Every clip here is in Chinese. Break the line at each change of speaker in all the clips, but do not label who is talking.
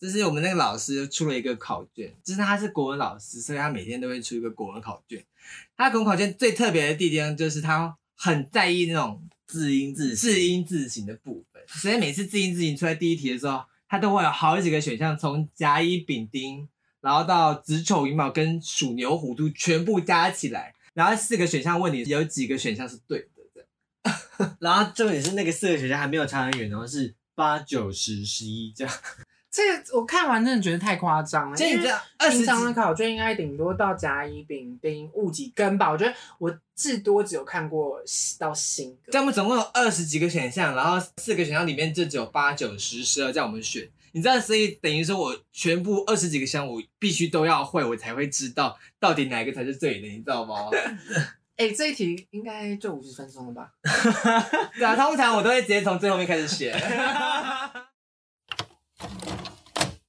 就是我们那个老师出了一个考卷，就是他是国文老师，所以他每天都会出一个国文考卷。他国文考卷最特别的地方就是他很在意那种
字音字形
字音字形的部分，所以每次字音字形出来第一题的时候，它都会有好几个选项，从甲乙丙丁，然后到子丑寅卯跟鼠牛虎兔全部加起来，然后四个选项问你有几个选项是对的，这样
然后重点是那个四个学校还没有差很远，然后是八九十十一这样。
这个我看完真的觉得太夸张了。
所以
因
你
为
这样二十
平
几
常的考卷应该顶多到甲乙丙丁戊己庚吧，我觉得我至多只有看过到辛
这样
庚。
我们总共有二十几个选项，然后四个选项里面就只有八九十十二叫我们选。你知道，所以等于说我全部二十几个项目，我必须都要会，我才会知道到底哪一个才是对的，你知道吗？
哎、这一题应该就五十分钟了吧？
对啊，通常我都会直接从最后面开始写。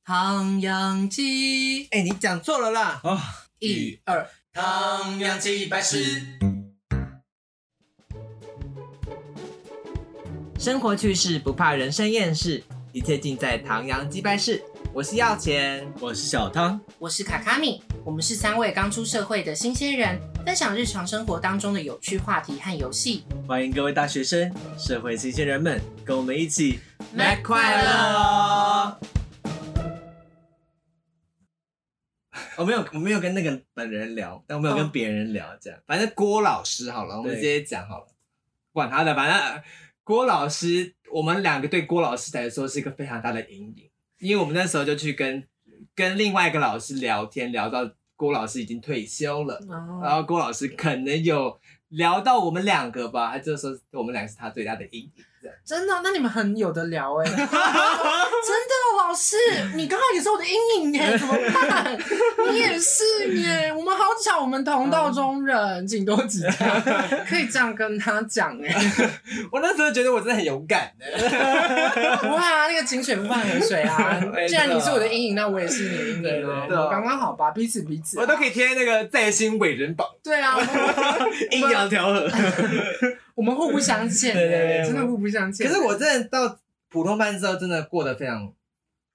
唐扬鸡，
哎、你讲错了啦！
一二，
唐扬鸡百事。生活趣事不怕人生厌世，一切尽在唐扬鸡百事。我是要钱，
我是小汤，
我是卡卡米，我们是三位刚出社会的新鲜人，分享日常生活当中的有趣话题和游戏。
欢迎各位大学生、社会新鲜人们，跟我们一起
Mac 快乐
哦！
哦
我没有，我没有跟那个本人聊，但我没有跟别人聊，这样。
哦
反正郭老师好了，我们
对
直接讲好了，管他的，反正呃郭老师，我们两个对郭老师来说是一个非常大的阴影，因为我们那时候就去跟跟另外一个老师聊天，聊到郭老师已经退休了，然
哦，
后郭老师可能有聊到我们两个吧，他就说我们两个是他最大的阴影，这样
真的，那你们很有的聊 哎、真的老师，你刚刚也是我的阴影耶，怎么办？你也是耶，我们好巧，我们同道中人，请多指教， 可以这样跟他讲哎、
我那时候觉得我真的很勇敢的，
不会啊，那个井水不犯河水 啊
没。错
既然你是我的阴影，那我也是你的阴影啊
对对。对
我刚刚好吧，彼此彼此啊。
我都可以贴那个在心伟人榜，
对啊，我们
阴阳调 和，
我们互不相欠
对对对
欸，真的互不相欠。
可是我真的到普通班之后，真的过得非常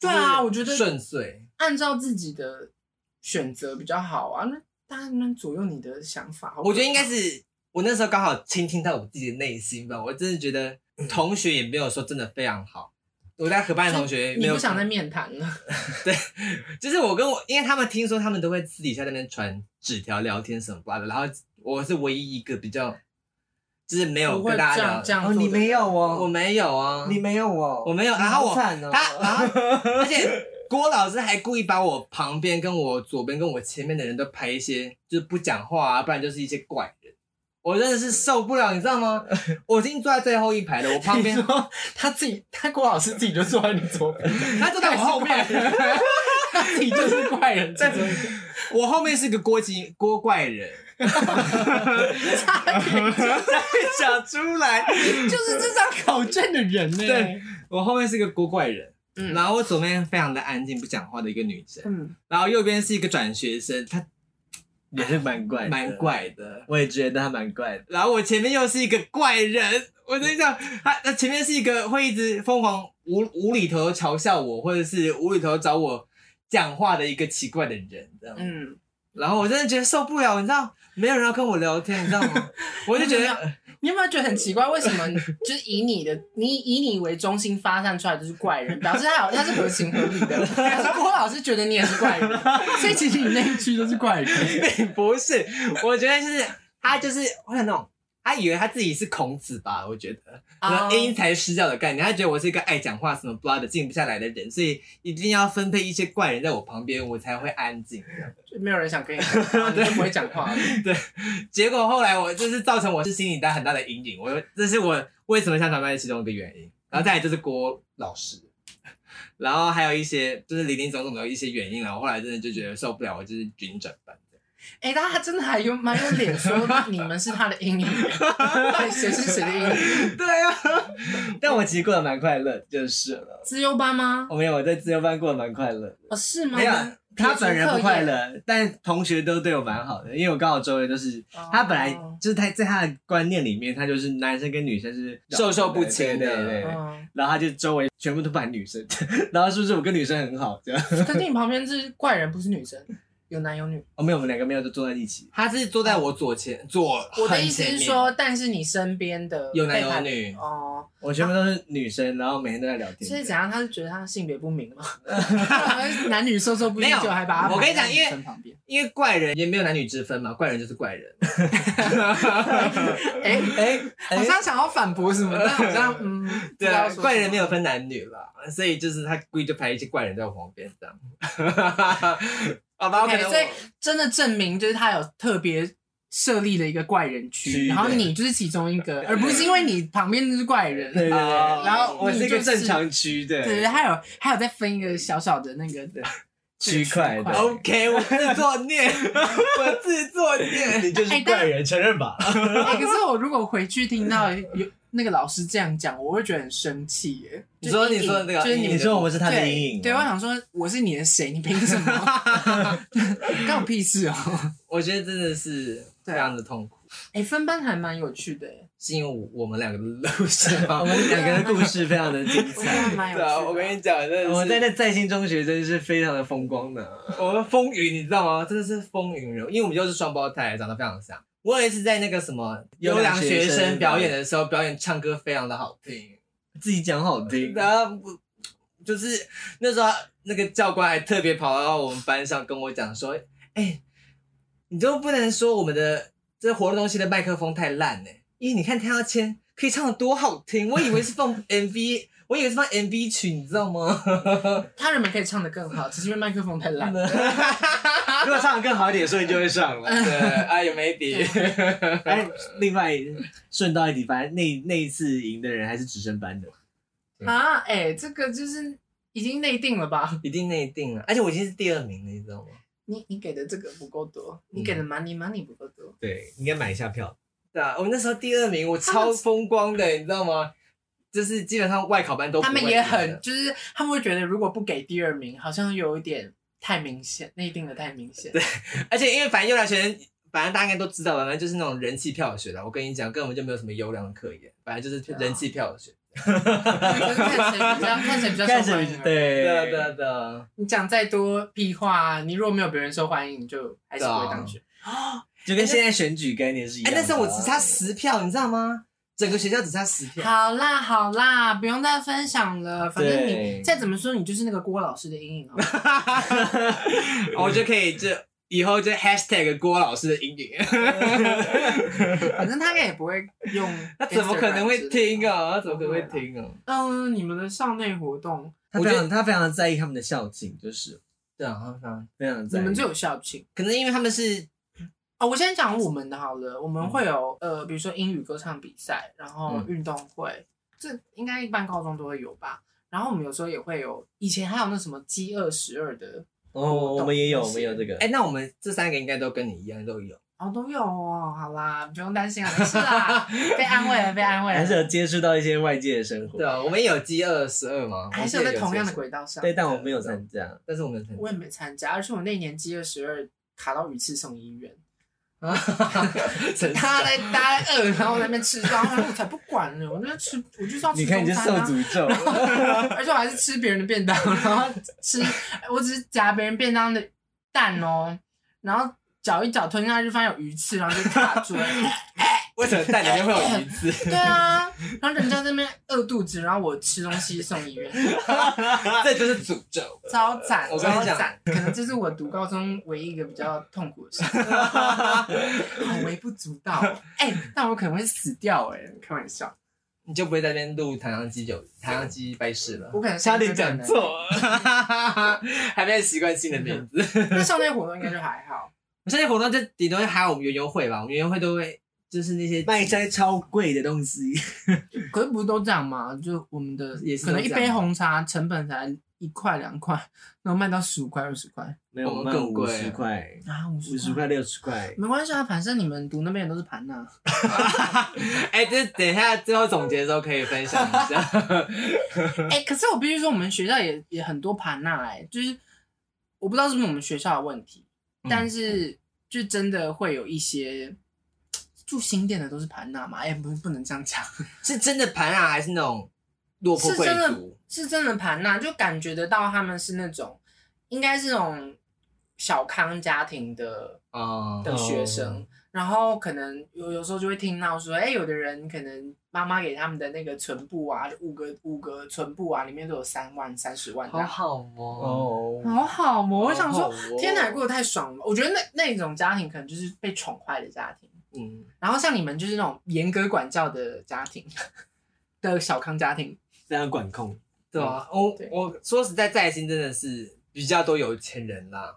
对
就
啊，
是
我觉得
顺遂。
按照自己的选择比较好啊。那当然能左右你的想法。好可怕
我觉得应该是我那时候刚好倾听到我自己的内心吧。我真的觉得同学也没有说真的非常好，我在合班的同学也没
你
有
不想再面谈了。
对，就是我跟我，因为他们听说他们都会私底下在那边传纸条聊天什么吧的，然后我是唯一一个比较就是没有
不会
跟大家聊，
这样做的
有
我
哦，
没有啊，
没有哦
我没有，然后我
惨哦
他，然后而且郭老师还故意把我旁边、跟我左边、跟我前面的人都排一些，就是不讲话啊，不然就是一些怪人。我真的是受不了，你知道吗？我已经坐在最后一排了，我旁边
你说他自己，他郭老师自己就坐在你左边，
他坐在我后面，
他自己就是 怪人之中一个。
我后面是个郭金郭怪人，
讲出来，
就是这张考卷的人呢、
对，我后面是个郭怪人。
嗯
然后我左边非常的安静不讲话的一个女生，
嗯，
然后右边是一个转学生， 她
也是蛮怪，
蛮，怪的，
我也觉得他蛮怪的。
然后我前面又是一个怪人，我就想他他前面是一个会一直疯狂无无厘头嘲笑我，或者是无厘头找我讲话的一个奇怪的人，这样。
嗯，
然后我真的觉得受不了，你知道，没有人要跟我聊天，你知道吗？我就觉 得
你有没有觉得很奇怪？为什么就是以你 的你以你为中心发散出来就是怪人，表示他有他是合情合 理的，还是郭老师觉得你也是怪人，所以 其实你那一区都是怪人。
并 不是，我觉得 就是他就是会有那种。他以为他自己是孔子吧？我觉得，然
哦
后因材施教的概念，他觉得我是一个爱讲话什么 b l 的静不下来的人，所以一定要分配一些怪人在我旁边，我才会安 静。这样
就没有人想跟你讲 话，你就不会讲话。
对，结果后来我就是造成我是心理带很大的阴影，我这是我为什么想转班的其中一个原因。然后再来就是郭老师，然后还有一些就是零零总总的一些原因啊然后后来真的就觉得受不了，我就是决定转班。
哎、但他真的还有蛮有脸说你们是他的阴影，到底谁是谁的阴影？
对啊，
但我其实过得蛮快乐，就是了。
自由班吗？
我没有，我在自由班过得蛮快乐的。
哦，是吗？
没有，他本人
撇
不快
除课业，
乐，但同学都对我蛮好的，因为我刚好周围都是他本来
哦
就是他在他的观念里面，他就是男生跟女生是授受不亲的，
对对对
对
嗯，
然后他就周围全部都扮女生， 然后是不是我跟女生很好这样？
可是你旁边是怪人，不是女生，有男有女。
哦，没有，我们两个没有就坐在一起，他是坐在我左前左很前面，
嗯我的意思是说，但是你身边的
有男
被
有
排
女，
哦，
我全部都是女生，然后每天都在聊天。
所以怎样？他是觉得他性别不 明吗？男女授受不
没
亲，
有
就还把他
我跟你讲
排在
因为
女生旁边，
因为怪人也没有男女之分嘛，怪人就是怪人。
哎，
哎、
好像想要反驳什么，但好像嗯，
对啊
不知道说，什么
怪人没有分男女啦，所以就是他故意就拍一些怪人在我旁边这 样。好吧，我可
OK，
能我
所以真的证明就是他有特别设立了一个怪人
区
区，然后
对
你就是其中一个，而不是因为你旁边就是怪人。
对对对，
啊
然后我
你
是一个
就是
正常区的
对，还有还有再分一个小小的那个
区块的，
OK，我自作孽， 我自作孽。
你就是怪人，承认 吧。
哎、可是我如果回去听到有那个老师这样讲，我会觉得很生气耶。
你说
就阴影
你说那个
就是
阴
你
影
你说我们是他的阴影，
对，我，想说我是你的谁？你凭 什么？干我屁事哦！
我觉得真的是
啊
非常的痛苦，
哎、分班还蛮有趣的耶，
是因为我我们两个的路线吗？
我们两个的故事非常的精
我觉 得还
彩。
蛮有 趣
对啊，
的。
我跟你讲，真的是
我在那在新中学真是非常的风光的，
我们风云，你知道吗？真的是风云人物，因为我们又是双胞胎，长得非常像。我有一次在那个什么优良学生表演的时候，表演唱歌非常的好听，
自己讲好 听。
然后我就是那时候那个教官还特别跑到我们班上跟我讲说：“哎、你就不能说我们的这活动东西的麦克风太烂呢、因为你看他要签可以唱的多好听，我以为是 放 MV，我以为是放 MV 曲，你知道吗？
他人们可以唱的更好，只是因为麦克风太烂。
如果唱的更好一点，所以就 会上了。
对，哎有眉笔。”
哎，另外顺道一提，反正那那一次赢的人还是直升班的，
嗯
啊，哎、这个就是已经内定了吧？
一定内定啊了，而且我已经是第二名了，你知道吗？
你你给的这个不够多，你
嗯
给的 money money 不够多。
对，应该买一下票。
对啊，我那时候第二 名，我超风光的，你知道吗？就是基本上外考班都不
他
会
们也
赢
很，
的
就是他们会觉得，如果不给第二名，好像有一点太明显，内定的太明显。
而且因为反正优良学生，反正大家应该都知道吧，反正就是那种人气票选的。我跟你讲，根本就没有什么优良的科研，反正就是人气票选。
就是看谁比较看谁比 较
开
受
始
欢迎而已。
对
对啊对啊对啊，
你讲再多屁话，啊你如果没有别人受欢迎，你就还是
啊
不会当选。
就跟现在选举概念是一
哎、
样的啊。
那时候我只差十票，你知道吗？整个学校只差十 票。
好啦好啦，不用再分享了，反正
对
你再怎么说，你就是那个郭老师的阴影哦。
我就可以就以后就 hashtag 郭老师的阴影。
反正他也不会 用，
他怎么可能会听？啊？他怎么可能会听啊？
嗯，你们的校内活动，
他非常他非常在意他们的校庆，就是
对啊，他
非常在
你
意。
们就有校庆。
可能因为他们是
哦，我先讲我们的好了，我
嗯
们会有、呃，比如说英语歌唱比赛，然后
嗯
运动会，这应该一般高中都会有吧。然后我们有时候也会有，以前还有那什么饥饿十二的，
哦，我们也有我们有这个
哎、，那我们这三个应该都跟你一样都有。
哦，都有哦。好啦，不用担心啊，没事啦，被安慰了，被安慰了，
还是有接触到一些外界的生活
对。啊，我们也有 G 二十二嘛，
还是有在同样的
轨，
轨道上。
对，但我没有参加。
但是我们很
我也没参加，而且我那年饥饿十二卡到鱼刺送医院。
真的
大家在大家在饿，然后在那边吃，然后我才不管呢，我那吃，我就是要吃
你看，你就
中
受
餐啊
诅咒。
而且我还是吃别人的便当，然后吃，我只是夹别人便当的蛋哦，然后搅一搅吞下去，发现有鱼刺，然后就卡住了。
为什么蛋里面会有鱼刺？
对啊，然后人家在那边饿肚子，然后我吃东西送医院，
这就是诅咒。
超惨，
我跟
超
你讲
惨。可能这是我读高中唯一一个比较痛苦的事 情，好微不足道。哎、但我可能会死掉哎、开玩笑，
你就不会在那边录唐扬鸡酒、唐扬鸡拜师了。
我可能
差点讲。错， 还没有习惯新的名字。
那校内活动应该就还好，
我现在活动就顶多还有我们园游会吧，我们园游会都会就是那些
卖一些超贵的东西，
可是不是都这样吗？就我们的
也是
可能
都
一
这样
杯红茶成本才一块两块， 然后卖到十五块二十块
没有
我们
卖
更
五
贵
十块、
啊，五
五十
十
块、。六十块。
没关系啊，反正你们读那边也都是盘呐、
哎、这等一下最后总结的时候可以分享一 下。
哎、可是我必须说，我们学校也也很多盘呐、哎，就是我不知道是不是我们学校的问题，
嗯
但是就真的会有一些住新店的都是盘纳嘛，哎、不不能这样讲，
是真的盘啊，还是那种落魄
是
贵
真的
族？
是真的盘纳，就感觉得到他们是那种应该是那种小康家庭的
嗯，
的学生。然后可能有有时候就会听到说，哎、有的人可能妈妈给他们的那个存布啊，五个五个存布啊，里面都有三万、三十万这样。
好哦，
哦，
好好嘛，我想说，
哦
天哪，也过得太爽了。我觉得那那种家庭可能就是被宠坏的家庭，
嗯，
然后像你们就是那种严格管教的家庭 的小康家庭，
这样管控，
对啊，我
嗯对
我说实在，在新真的是比较多有钱人啦，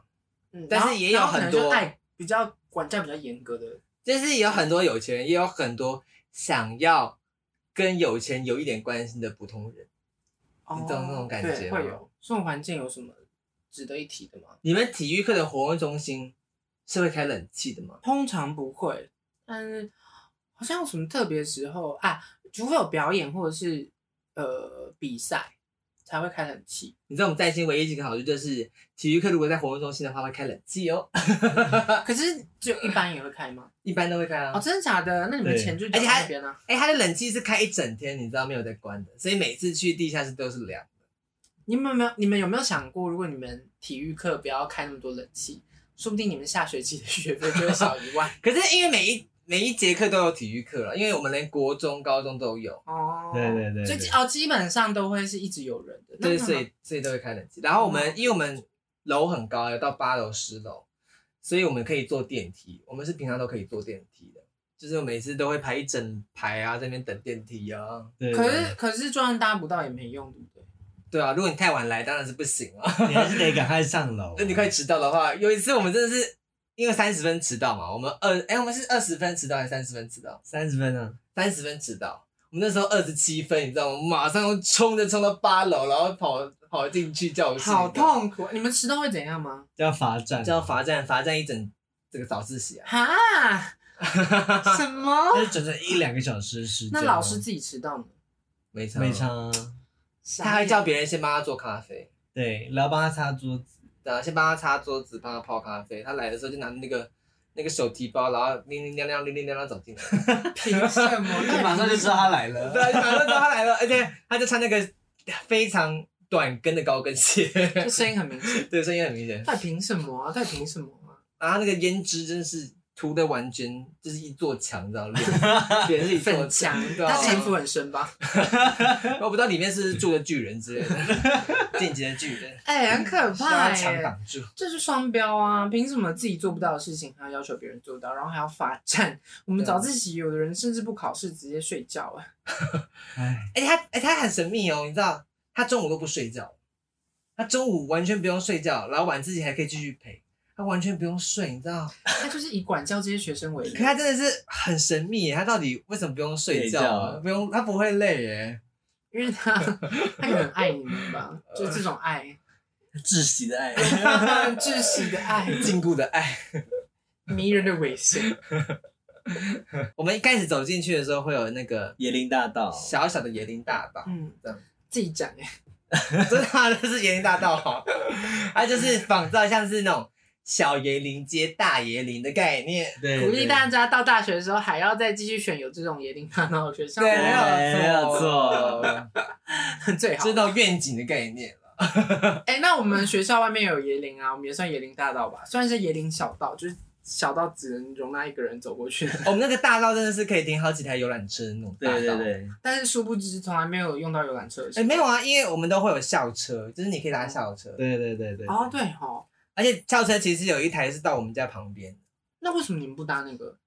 嗯，
但是
然后
也有
然后可能
很多
就爱比较管教比较严格的，
就是有很多有钱人，也有很多想要跟有钱有一点关系的普通人。你懂那种感觉
对
吗
会有这种环境有什么值得一提的吗？
你们体育课的活动中心是会开冷气的吗？
通常不会，但是好像有什么特别时候啊，除非有表演或者是呃比赛才会开冷气。
你知道我们在新唯一一个好处就是，体育课如果在活动中心的话，会开冷气哦，
呃可是只有一般也会开吗？
一般都会开啊
哦，。真的假的？那你们
对
钱就
而且
交
还
那边啊？
哎、它的冷气是开一整天，你知道没有在关的，所以每次去地下室都是凉。
你们有没有？你们有没有想过，如果你们体育课不要开那么多冷气，说不定你们下学期的学费就会少一万
可是因为每一每一节课都有体育课了，因为我们连国中、高中都有，
哦。
对对对对
所以基哦，基本上都会是一直有人的。那
对，
那
所以所以都会开冷气。然后我们、
哦
因为我们楼很高，有到八楼、十楼，所以我们可以坐电梯。我们是平常都可以坐电梯的，就是我每次都会排一整排啊，在那边等电梯啊。
对
可是可是，就算搭不到也没用，对不对？
对啊，如果你太晚来，当然是不行啊。，
对你还是得赶快上楼 啊
那你快迟到的话，有一次我们真的是因为三十分迟到嘛，我们二哎、我们是二十分迟到还是三十分迟到？
三十分啊，
三十分迟到，我们那时候二十七分，你知道吗？马上冲着冲到八楼，然后跑跑进去教室，
好，痛苦！你们迟到会怎样吗？
就要罚站，
叫罚站，罚站一整这个早自习啊。
哈？什么？
那就整整一两个小时的时间
那
哦，
老师自己迟到吗？
没差，
没。差啊，
他还叫别人先帮他做咖啡，
对，然后帮他擦桌子，
然后先帮他擦桌子，帮他泡咖啡。他来的时候就拿那个那个手提包，然后叮叮当当、叮叮当当走进来。
凭什么？那
马上 就知道他来了，
对，啊马上知道他来了，而且他就穿那个非常短跟的高跟鞋，
这声音很明显。
对，声音很明显。
到底凭什么啊？到底凭什么啊？
然后那个胭脂真是涂的完全就是一座墙，你知道吗？脸脸是一座
粉墙，
对啊
他城府很深吧？
我不知道里面是不是住着巨人之类的，进阶的巨人，
哎、很可
需要
怕
墙
耶、
挡住。
这是双标啊！凭什么自己做不到的事情，还要要求别人做到，然后还要罚站？我们
对啊
早自习，有的人甚至不考试，直接睡觉啊！
哎，
哎、他哎、他很神秘哦，你知道，他中午都不睡觉，他中午完全不用睡觉，然后晚自习还可以继续陪，他完全不用睡，你知道？
他就是以管教这些学生为
可
乐。
他真的是很神秘耶，他到底为什么不用睡觉啊？
睡觉
不用，他不会累耶。
因为 他他可能爱你们吧，就这种爱，
窒息的
呃
爱，
窒息的爱，
禁锢的爱。
迷人的危险。
我们一开始走进去的时候，会有那个
椰林大道，
小小的椰林大道，
嗯
这样，
自己讲哎，
真的 啊那是椰林大道哈，它就是仿造像是那种小椰林接大椰林的概念。
对，
欸鼓励大
家，
家到大学的时候还要再继续选有这种野林大闹的学校，
对，
没
没有
有
错
错，
最好
是。那种愿景的概念了。
哎、那我们学校外面有椰林啊，我们也算椰林大道吧，算是椰林小道，就是小道只能容纳一个人走过去。
我们那个大道真的是可以停好几台游览车的那种大道。
对对。对，
但是殊不知，从来没有用到游览车的时
哎、
候。
没有啊，因为我们都会有校车，就是你可以搭校车，
对对对对，
啊
哦，对哦，
而且校车其实有一台是到我们家旁边，
那为什么你们不搭那个？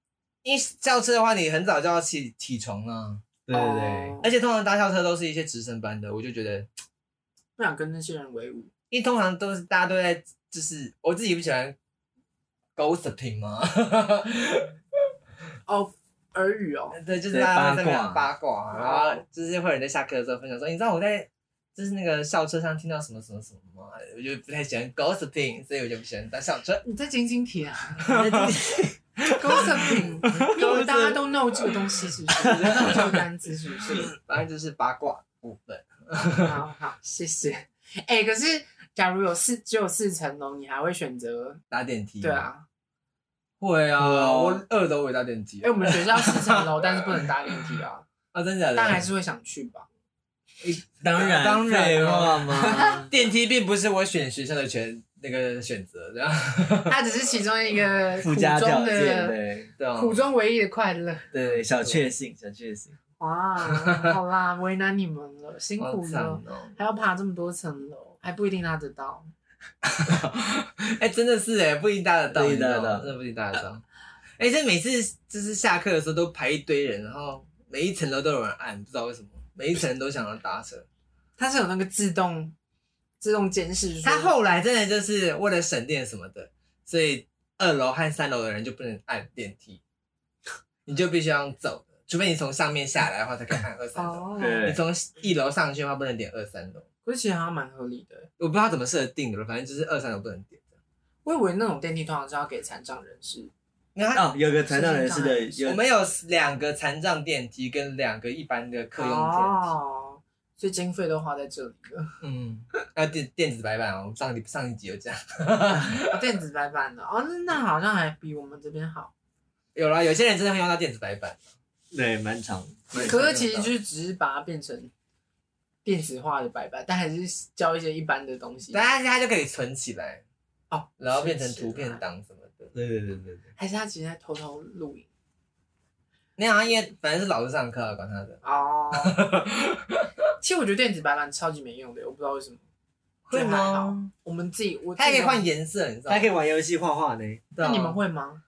因为校车的话你很早就要起起床了，
对对对
哦，
而且通常搭校车都是一些直升班的，我就觉得，
不想跟那些人为伍。
因为通常都是大家都在，就是我自己不喜欢 gossiping 嘛，
哦，耳语哦，
对，就是
对
大家会在那
八
边
卦
八卦啊，然后就是会有人在下课的时候分享说，你知道我在就是那个校车上听到什么什么什么吗？我就不太喜欢 gossiping，所以我就不喜欢搭校车。
你在晶晶体啊，
对
高成品，因为我们大家都 know 这个东西，是不是？那这个单词是不 是？
反正就是八卦部分。
好好，谢谢。哎、可是假如有四只有四层楼，你还会选择？
搭电梯。
对，啊，
会啊，
对啊
我饿都会搭电梯
因为。哎我们学校四层楼，但是不能搭电梯啊，
啊，真的假的？
但还是会想去吧。
当 然，啊
当然
废话嘛。
电梯并不是我选学校的全那个选择，啊这样
它只是其中一个
附
苦
加条
中
件
的
对对啊
苦中唯一的快乐。
对，小确幸，小确幸。
哇，好啦，为难你们了，辛
好
苦
惨
了，
哦！
还要爬这么多层楼，还不一定拿得到。
哎，真的是哎，不一定搭得到，
不一定搭得
你知道
到
吗真的不一定搭得到。哎，这每次就是下课的时候都排一堆人，然后每一层楼都有人按，不知道为什么，每一层都想要搭车。
它是有那个自动自动监视说，
他后来真的就是为了省电什么的，所以二楼和三楼的人就不能按电梯，你就必须要用走的，除非你从上面下来的话才可以按二三楼。
哦，
对
你从一楼上去的话不能点二三楼，
可是其实好像蛮合理的。
我不知道怎么设定的，反正就是二三楼不能点。
我以为那种电梯通常是要给残障人士，
然后
哦，有个残障人士的，有
我们有两个残障电梯跟两个一般的客用电梯，
哦，所以经费都花在这里了。
嗯，还有电电子白板，啊我们上一上一集有讲，
哦电子白板的哦，那那好像还比我们这边好。
有啦，有些人真的会用到电子白板，
对蛮长。
可是其实就是只是把它变成电子化的白板，但还是教一些一般的东西。
但是它就可以存起来，
哦，
然后变成
是
图片，档什么的。
对对对对对
是还是他其实在偷偷录影
没有啊，因为反正是老师上课啊管他的，
哦。其实我觉得电子白板超级没用的，我不知道为什么。
会吗
觉得还好？我们自己，我
它也可以换
自己
颜色，你知道吗？
他可以玩游戏画画呢，
对啊
用。那你们？会吗？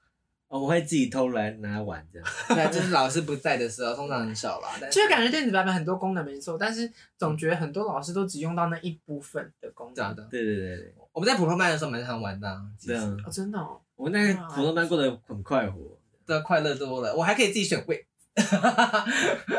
哦我们会自己偷来拿来玩这样。
对啊，就是老师不在的时候，通常很少啦。但是
就是感觉电子白板很多功能没错，但是总觉得很多老师都只用到那一部分的功
对啊
能。
对啊
对对 对对，
我们在普通班的时候蛮常玩的、啊，其实
这样。
哦，真的哦，
我那个普通班过得很快活，
对啊快乐多了。我还可以自己选位，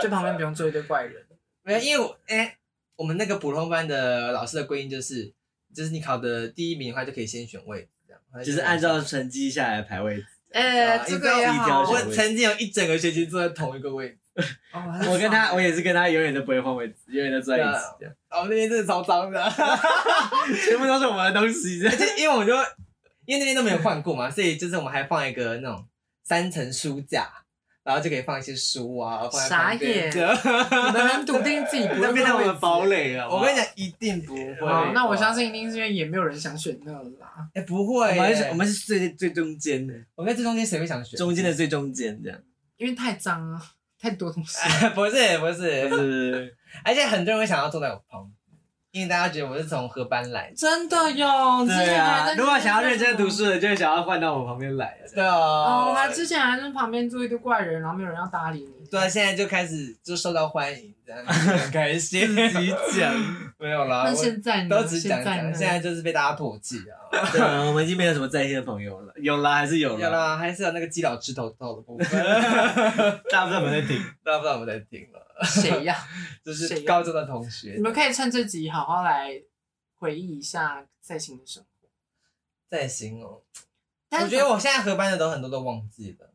就旁边不用做一堆 怪人。
没有，因为我哎、我们那个普通班的老师的规定就是，就是你考的第一名的话就可以先选位，这样
就是按照成绩下来排位。
哎、
啊
这
你
个也
自己挑
好。
选
我
位置
曾经有一整个学期坐在同一个位置，
哦
我跟他，我
也。
也是跟他永远都不会换位置，永远都坐在一起这样，
然哦后那边真的超脏的，
全部都是我们的东西这
而
样。
且因为我就因为那边都没有换过嘛，所以就是我们还放一个那种三层书架，然后就可以放一些书啊，放在旁边。
傻眼
对
你们很笃定自己不会
那变成我们堡垒了。
我跟你讲，一定不会。
哦，那我相信一定是因为也没有人想选那个啦。
哎、不会
我
耶，
们是我们是最最中间的，
我们在最中间谁会想学？
中间的最中间这样。
因为太脏啊 了，太多东西。
不是 不，
就是是
而且很多人会想要坐在我旁边，因为大家觉得我是从河班来的。
真的哟，之
对
前还在
啊，
那边
如果想要认真读书的，就会想要换到我旁边来。啊
对哦
哦，他之前还在旁边做一堆怪人，然后没有人要搭理你。
对啊，现在就开始就受到欢迎，这样很开心。
自己讲，
没有啦，
那
啊我
现在呢？
都只讲
现在
讲，
呢？
现在就是被大家唾弃啊。
对啊，我们已经没有什么在线的朋友了，有啦还是有
有
啦，
啦，还是有那个基佬吃头头的部 分，
大部分没在听。
大家不知道我们在听了，
谁呀？
就是
谁
高中的同学
你们可以趁这集好好来回忆一下在行的生活。
在形容。
但
我
是
觉得我现在合班的都很多都忘记了，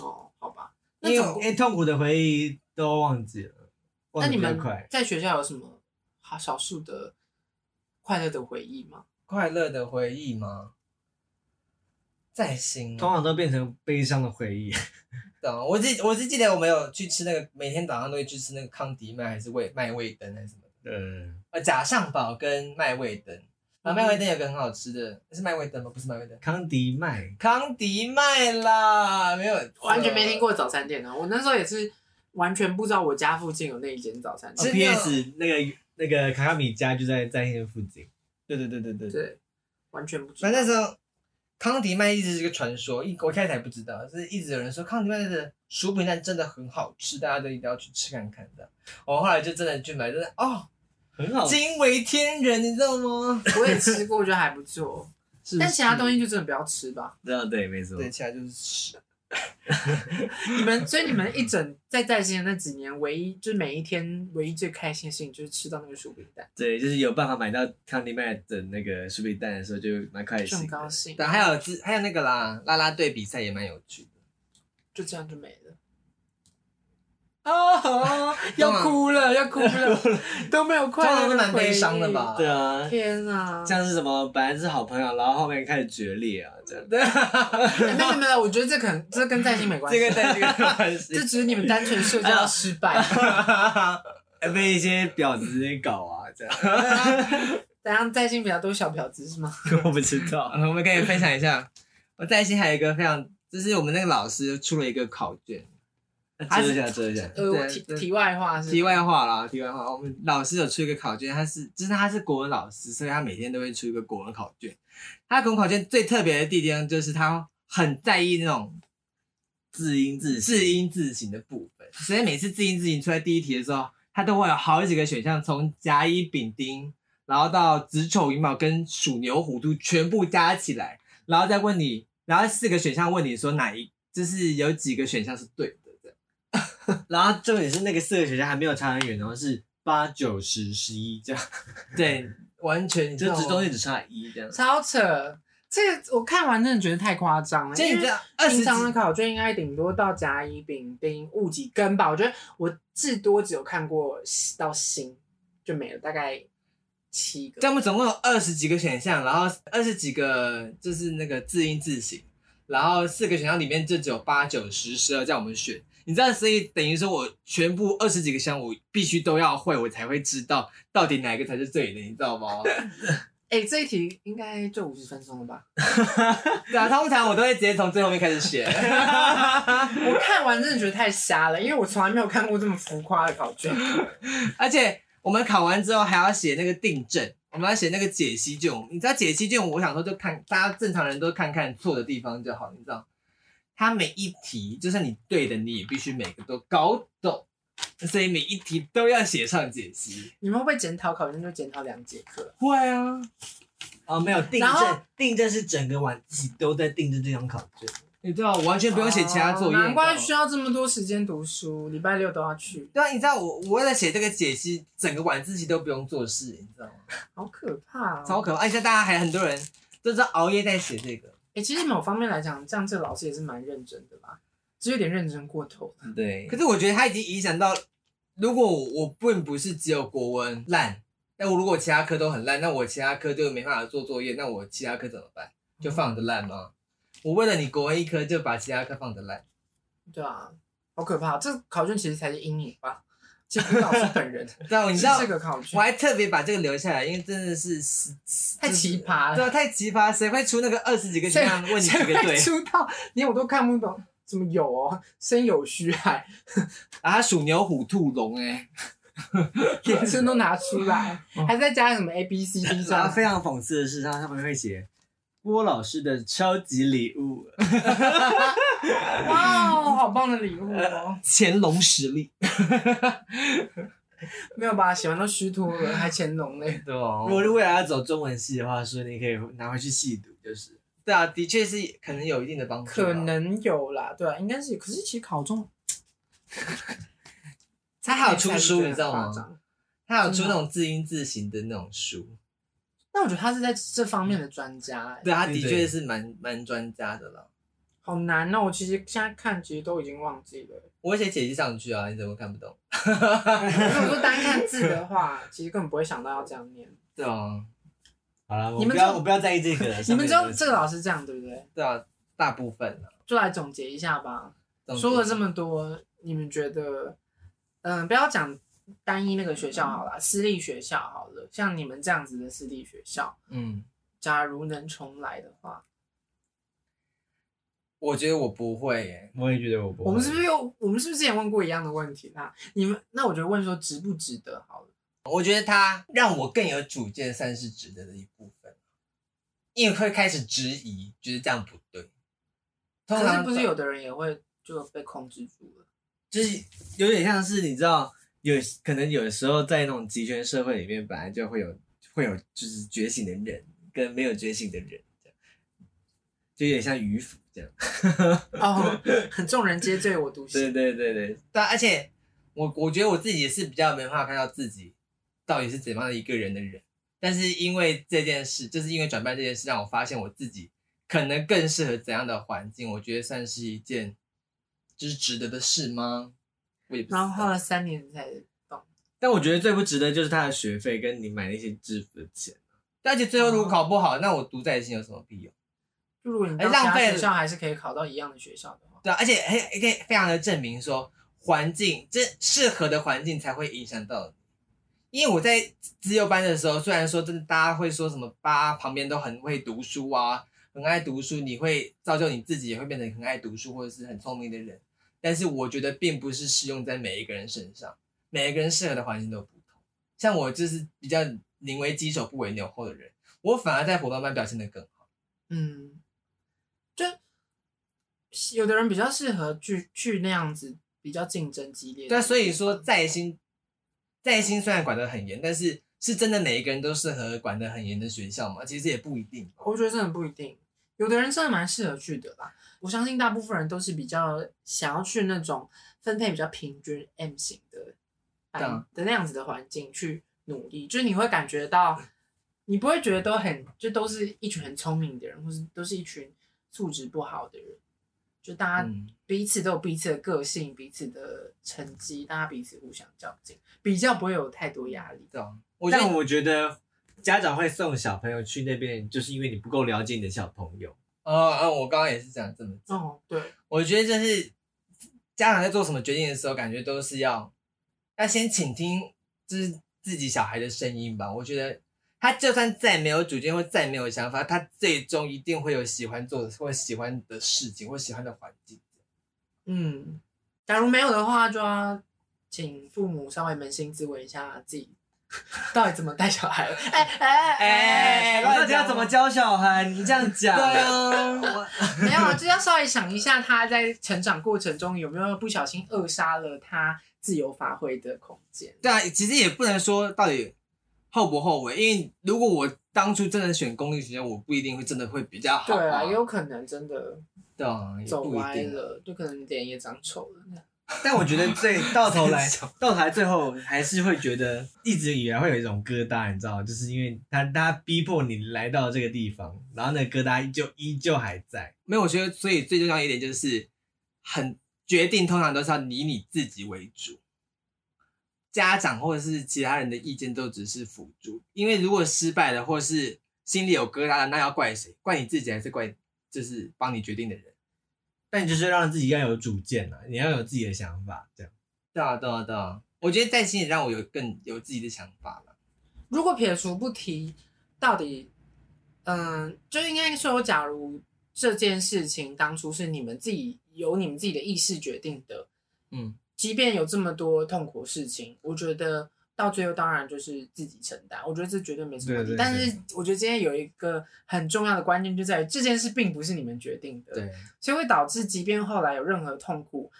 哦，好吧，那
因为
总
因为痛苦的回忆都忘记了，
那
忘
你
得比较
们
快。
在学校有什么好少数的快乐的回忆吗？
快乐的回忆吗？在形
通
容。
常都变成悲伤的回 忆，
懂啊，我记我是记得我们有去吃那个，每天早上都会去吃那个康迪麦还是味麦味登还是什么的，
嗯，
呃假上堡跟麦味登，然后麦味
嗯
登有个很好吃的，是麦味登吗？不是麦味登，
康迪麦，
康迪麦啦，没有
完全没听。过早餐店啊！我那时候也是完全不知道我家附近有那一间早餐
哦
真
店。
的
P.S. 那个那个卡卡米家就在在线附近，
对对对对对
对，完全不知道。
反正那时候康迪麦一直是个传说，一我一开始还不知道，就是一直有人说康迪麦的薯饼蛋真的很好吃，大家都一定要去吃看看的。我后来就真的去买，真的哦，
很好吃。
惊为天人，你知道吗？
我也吃过，我觉得还不错，
是不
但其他
是
东西就真的不要吃吧。
对啊，对，没错。
对，其他就是屎。
你们所以你们一整在在线的那几年，唯一就是每一天唯一最开心的事情就是吃到那个薯饼蛋，
对，就是有办法买到康迪麦的那个薯饼蛋的时候，就蛮开
就很
心的。
高兴。
对，还有之还有那个啦，啦啦队比赛也蛮有趣的。
就这样就没了。哦，要哭了，要哭 了，都没有
通
快乐，
常都蛮悲伤的？吧？
对啊，
天啊！
像是什么本来是好朋友，然后后面开始决裂啊，这样。
哎没有没有，我觉得这可能这跟在一起没关
这
系，
个哎对这个没关系
这只是你们单纯社交失败。
被一些婊子在搞啊，这样
哎
等下在性比较多小婊子是吗？
我不知道。
我们可以分享一下，我在新还有一个非常，就是我们那个老师出了一个考卷。
遮一下，遮一下。
呃，我
对
题
对
题外话是
题外话啦，题外话，我们老师有出一个考卷，他是就是他是国文老师，所以他每天都会出一个国文考卷。他国文考卷最特别的地方就是他很在意那种
字音字
字
音，
音字形的部分，所以每次字音字形出来第一题的时候，他都会有好几个选项，从甲乙丙丁，然后到子丑寅卯跟鼠牛虎兔全部加起来，然后再问你，然后四个选项问你说哪一，就是有几个选项是对的，这样
然后重点是那个四个学校还没有差很远，然后是八九十十一这样，
对，完全
就只中
东
间
西。
只差一这样。
超扯，这个我看完真的觉得太夸张了。
就你
因
这
为
样二十
平
几
常的考卷应该顶多到甲乙丙丁戊己庚吧，我觉得我至多只有看过到辛就没了，大概七个。
但我们总共有二十几个选项，然后二十几个就是那个字音字形，然后四个选项里面就只有八九十十二叫我们选。你知道，所以等于说我全部二十几个项，我必须都要会，我才会知道到底哪一个才是对的，你知道吗？
哎、这一题应该就五十分钟了吧？
对啊，通常我都会直接从最后面开始选。
我看完真的觉得太瞎了，因为我从来没有看过这么浮夸的考 卷。
而且我们考完之后还要写那个订正，我们要写那个解析卷。你知道解析卷，我想说就看大家正常人都看看错的地方就好，你知道？它每一题就算你对的，你也必须每个都搞懂，所以每一题都要写上解析。
你们会不会检讨考卷就检讨两节课？
会啊，
哦， 没有订
然后
正，订正是整个晚自习都在订正这张考卷。
你知道我完全不用写其他作业。
哦难怪
你知
需
道吗
要这么多时间读书，礼拜六都要去，
对啊，你知道我我为了写这个解析，整个晚自习都不用做事，你知道吗？
好可怕、哦！
超可怕！而且大家还很多人都是熬夜在写这个。
哎、其实某方面来讲，这样这个老师也是蛮认真的吧，只是有点认真过头了。
嗯对
可是我觉得他已经影响到，如果我我并不是只有国文烂，那我如果其他科都很烂，那我其他科就没办法做作业，那我其他科怎么办？就放着烂吗？我为了你国文一科就把其他科放着烂，
对啊，好可怕！这考卷其实才是阴影吧，其实不是老师本人，
你知道？你
是
知道
这？个考
我
卷
还哎特别把这个留下来，因为真的是是
太奇葩
对啊，
了，
太奇葩，谁会出那个二十几个选项问你几
谁
个对
会？出到连我都看不懂，怎么有哦，深有虚海，
啊，他属牛、虎、兔、龙，哎，
连声都拿出来，
嗯
还在加什么 A B C D
然后
啊
上，
啊非常讽刺的是，他上面会写郭老师的超级礼物，
哇哦，好棒的礼物哦！
乾隆实力，
没有吧？写完都虚脱了，还乾隆 嘞。
对哦
如果未来要走中文系的话，说你可以拿回去细读，就是
对啊，的确是可能有一定的帮助啊，
可能有啦，对啊，应该是有。可是其实考中
他还有出书，你知道吗
夸？张
他有出那种字音字形的那种书，
但我觉得他是在这方面的专家、欸，
对，他的
对对
确是蛮蛮专家的了。
好难哦、我其实现在看，其实都已经忘记了。
我写解析上去啊，你怎么看不懂？
如果说单看字的话，其实根本不会想到要这样念。
对啊，
好了。我
你们
不
知
要，
道
我不要在意这个了。
你们知
上
道
面
这个老师这样对不对？
对啊，大部分啊。
就来总结一下吧。
总之
说了这么多，你们觉得，嗯、不要讲单一那个学校好了，私立学校好了，像你们这样子的私立学校，
嗯，
假如能重来的话，
我觉得我不会耶。
我也觉得我不会。
我们是不是又我们是不是之前问过一样的问题啦？你们那我就问说值不值得好了。
我觉得他让我更有主见，算是值得的一部分，因为会开始质疑，觉得这样不对。通
可是
常
不是有的人也会就被控制住了？
就是有点像是你知道，有可能有时候在那种集权社会里面，本来就会有会有就是觉醒的人跟没有觉醒的人，这样就有点像迂腐这样。
哦，很众人皆醉我独
对
醒。
对对对，
对啊，而且我我觉得我自己是比较没办法看到自己到底是怎样的一个人的人，但是因为这件事，就是因为转班这件事，让我发现我自己可能更适合怎样的环境，我觉得算是一件就是值得的事吗？我也不知
然后花
道。
了三年才懂。
但我觉得最不值得就是他的学费跟你买那些制服的钱。
啊但而且最后
哦
如果考不好，那我读在心有什么屁用？
就如果你到
哎
其他
浪费了
学校还是可以考到一样的学校的话，
对啊，而且还也可以非常的证明说，环境这适合的环境才会影响到你。因为我在自幼班的时候，虽然说真的大家会说什么八旁边都很会读书啊，很爱读书，你会造就你自己也会变成很爱读书或者是很聪明的人，但是我觉得并不是适用在每一个人身上，每一个人适合的环境都不同。像我就是比较宁为鸡首不为牛后的人，我反而在伙伴班表现得更好。
嗯，就有的人比较适合去去那样子比较竞争激烈的地
对啊，
方。
所以说在心，在心虽然管得很严，但是是真的每一个人都适合管得很严的学校吗？其实也不一定。
我觉得真的不一定，有的人真的蛮适合去的啦。我相信大部分人都是比较想要去那种分配比较平均 M 型的
对啊
班的那样子的环境去努力，就是你会感觉到，你不会觉得都很就都是一群很聪明的人，或是都是一群素质不好的人，就
啊
大家
嗯
彼此都有彼此的个性、彼此的成绩，大家彼此互相较劲，比较不会有太多压力。
对啊，我觉
但
得
我觉得家长会送小朋友去那边，就是因为你不够了解你的小朋友。
呃呃，我刚刚也是讲这么讲。
哦，对，
我觉得就是家长在做什么决定的时候，感觉都是要要先倾听，就是自己小孩的声音吧。我觉得他就算再没有主见或再没有想法，他最终一定会有喜欢做的或喜欢的事情或喜欢的环境。
嗯，假如没有的话，就要请父母稍微扪心自问一下自 己到底怎么带小孩。哎哎哦
哎
我
乱
到底要怎么教小孩？你这样讲，
啊，
没有，就是要稍微想一下他在成长过程中有没有不小心扼杀了他自由发挥的空间。
对啊，其实也不能说到底后不后悔，因为如果我当初真的选公立学校，我不一定会真的会比较好、
对啊，也
有
有可能真的
对啊，也
走
不一
歪
定啊。
了，就可能脸也长丑了。
但我 觉得最到头来，到头来最后还是会觉得一直以来会有一种疙瘩，你知道吗？就是因为他他逼迫你来到这个地方，然后那个疙瘩就依旧还在。
没有，我觉得所以最重要一点就是，很决定通常都是要以你自己为主，家长或者是其他人的意见都只是辅助，因为如果失败了或是心里有疙瘩了，那要怪谁？怪你自己还是怪就是帮你决定的人？
但你就是让自己要有主见啊，你要有自己的想法，这样。
对啊，对啊，对啊，我觉得在心里让我有更有自己的想法了。
如果撇除不提，到底，嗯，就应该说，假如这件事情当初是你们自己由你们自己的意识决定的，
嗯，
即便有这么多痛苦的事情，我觉得到最后当然就是自己承担，我觉得这绝对没什么问题。
对对对
但是我觉得今天有一个很重要的关键就在于这件事并不是你们决定的，，
对，
所以会导致即便后来有任何痛苦，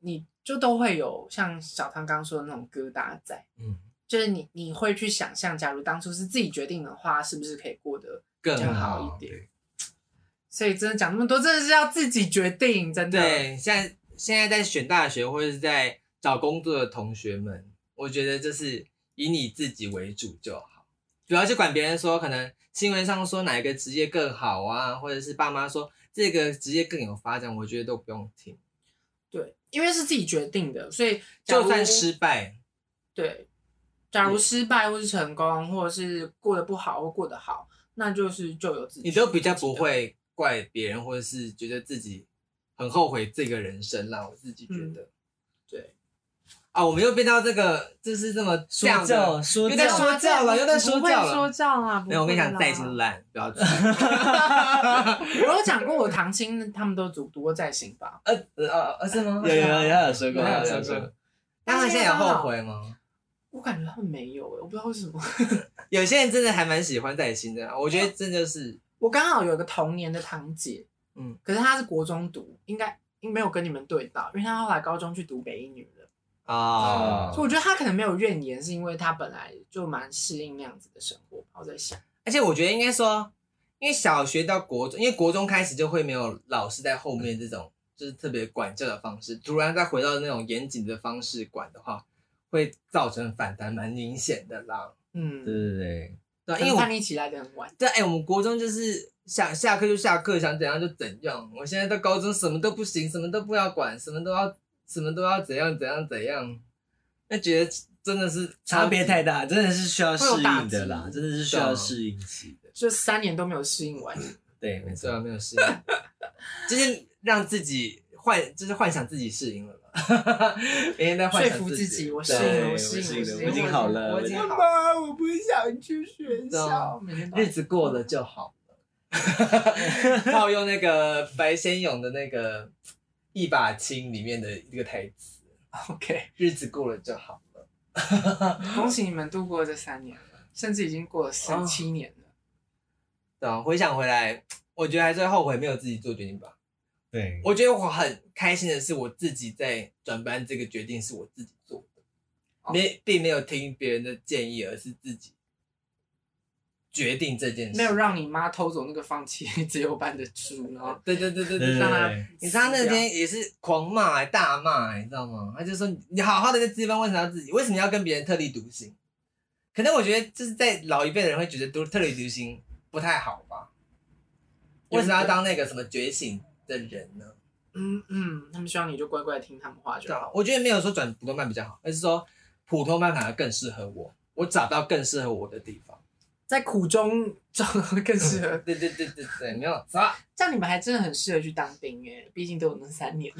你就都会有像小汤刚说的那种疙瘩在。
嗯，
就是你你会去想象，假如当初是自己决定的话，是不是可以过得
更
更
嗯好。
好一点？所以真的讲那么多，真的是要自己决定，真的。，
对，现在现在在选大学或者是在找工作的同学们，我觉得就是以你自己为主就好，不要去管别人说可能新闻上说哪一个职业更好啊，或者是爸妈说这个职业更有发展，我觉得都不用听。
对，因为是自己决定的，所以假如
就算失败，
对，假如失败或是成功，或者是过得不好或过得好，那就是就有自己
你都比较不会怪别人，或者是觉得自己很后悔这个人生啦。我自己觉得、
对。
啊，我们又变到这个，就是这么这样
说
的
教说
又在
教，
说教了又在说教了
啊不会说教啊！
没有，我跟你讲，在
在
心烂，不 要去。
我有讲过，我堂亲他们都读读过在行吧？
呃呃呃，是吗？
有有有，他有 说过，
有
他
有
有
说
说
过
过。
他们现在有后悔吗？
我感觉他们没有诶、我不知道为什么。
有些人真的还蛮喜欢在心的，啊我觉得这就是
我刚好有一个同年的堂姐，
嗯
嗯，可是她是国中读，应该没有跟你们对到，因为她后来高中去读北一女了，
啊、
所以我觉得她可能没有怨言，是因为她本来就蛮适应那样子的生活。我在想，
而且我觉得应该说，因为小学到国中，因为国中开始就会没有老师在后面这种就是特别管教的方式，突然再回到那种严谨的方式管的话，会造成反弹蛮明显的啦。
对
嗯，
对对，
对啊，因为
因为
我
叛逆期来的很晚，
对，哎、我们国中就是想下课就下课，想怎样就怎样。我现在到高中什么都不行，什么都不要管，什么都要什么都要怎样怎样怎样，那觉得真的是
差别太
大。
大，真的是需要适应的
会有打
啦，
击
真的是需要适应期的。
就三年都没有适应完，
对，没
对
错。
啊，没有适应，就是让自己幻，就是幻想自己适应了吧，每天在幻
说
想
服
自
自己，我适
对
应了，
我
适
适
应
应
了，
了
我
我已经好了
我已经
我已
好了。
经
妈，我不想去学
笑，每天都
日子过了就好了。套用那个白先勇的那个《一把青》里面的一个台词
OK。
日子过了就好了。
恭喜你们度过这三年了，甚至已经过了
哦
三七年了。
对啊，回想回来，我觉得还是会后悔没有自己做决定吧。
对，
我觉得我很开心的是，我自己在转班这个决定是我自己做的，
哦
没并没有听别人的建议，而是自己决定这件事。
没有让你妈偷走那个放弃 自由班的书，然后
哦对对对对
对
对，
对
让他
对
你知道他那天也是狂骂、大骂、你知道吗？他就说你你好好的在自己班，为什么要自己？为什么要跟别人特立独行？可能我觉得就是在老一辈的人会觉得独特立独行不太好吧？为什么要当那个什么觉醒的人呢？
嗯嗯，他们希望你就乖乖听他们话就
对啊
好。，
我觉得没有说转普通班比较好，而是说普通班反而更适合我，我找到更适合我的地方。
在苦中找到更适合。
对对对对对，没有错。
这样你们还真的很适合去当兵耶，毕竟都有那三年。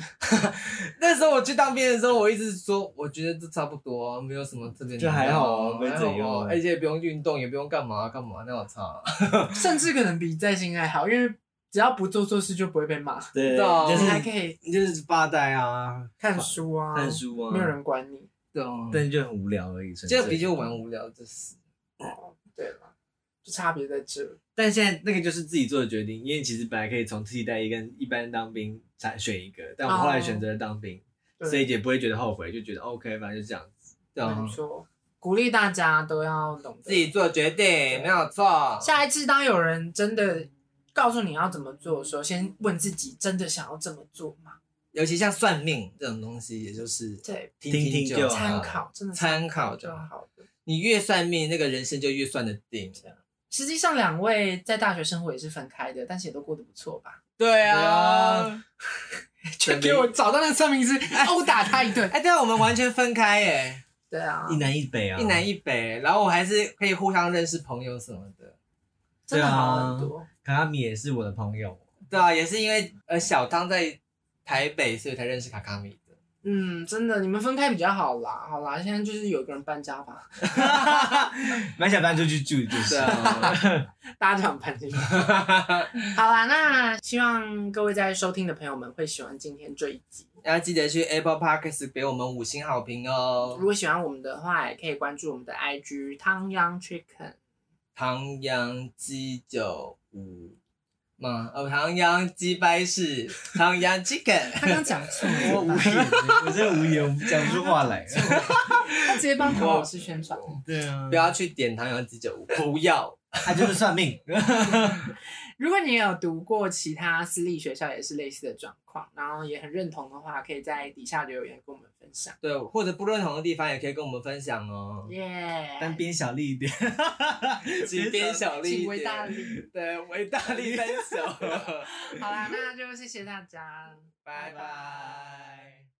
那时候我去当兵的时候，我一直说，我觉得这差不多，没有什么特别的，
就还好啊没
还
怎样
好啊而且也不用运动，也不用干嘛干嘛，那我操，
甚至可能比在性爱好，因为只要不做错事就不会被骂，
对，
到
就
你还
是
可以
你就是发呆啊，
看书啊，
看书啊，
没有人管你。
对啊，
但就很无聊而已。纯粹
这个比较蛮无聊，就是
对了，就差别在这。
但现在那个就是自己做的决定，因为其实本来可以从替代役跟一般当兵才选一个，但我后来选择了当兵，
对
所以也不会觉得后悔，就觉得哦 OK，反正就这样子。
对啊
没，错，鼓励大家都要懂
自
得。
己做决定，没有错，
下一次当有人真的告诉你要怎么做的时候，先问自己真的想要这么做吗？
尤其像算命这种东西，也就是
对，
听听
就
就好
参考真的是
参考就
就
好。
好了。
你越算命，那个人生就越算得定。
实际上，两位在大学生活也是分开的，但是也都过得不错吧？
对
啊
啊，
就给我找到那个算命师， 殴打他一 顿。
哎，对啊，我们完全分开耶，
对啊，
一南一北啊，
一南一北，然后我还是可以互相认识朋友什么的。
真的好很
对啊
多。
卡拉米也是我的朋 友，
对啊，也是因为呃小汤在台北，所以才认识卡卡米的。
嗯，真的，你们分开比较好啦，好啦，现在就是有一个人搬家吧，
蛮想搬出去住就是
对。啊，
大家 想搬家。好啦，那希望各位在收听的朋友们会喜欢今天这一集。
要记得去 Apple Podcast 给我们五星好评哦
如。果喜欢我们的话，也可以关注我们的 IG 汤央 Chicken。
唐阳鸡酒五吗？哦，唐阳鸡掰 是唐阳 chicken。
他刚讲错
我 无
了，
言，我真的无言，讲不出话来。
他直接帮唐老师宣传。
对啊
不，要去点唐阳鸡酒五，不要。
他就是算命。
如果你也有读过其他私立学校也是类似的状况，然后也很认同的话，可以在底下留言跟我们分享。
对，或者不认同的地方也可以跟我们分享哦。
耶、
但边 小力一点，
请编小力一点，
请为大力
对，为大力 分手。
好啦，那就谢谢大家。
拜
拜
拜。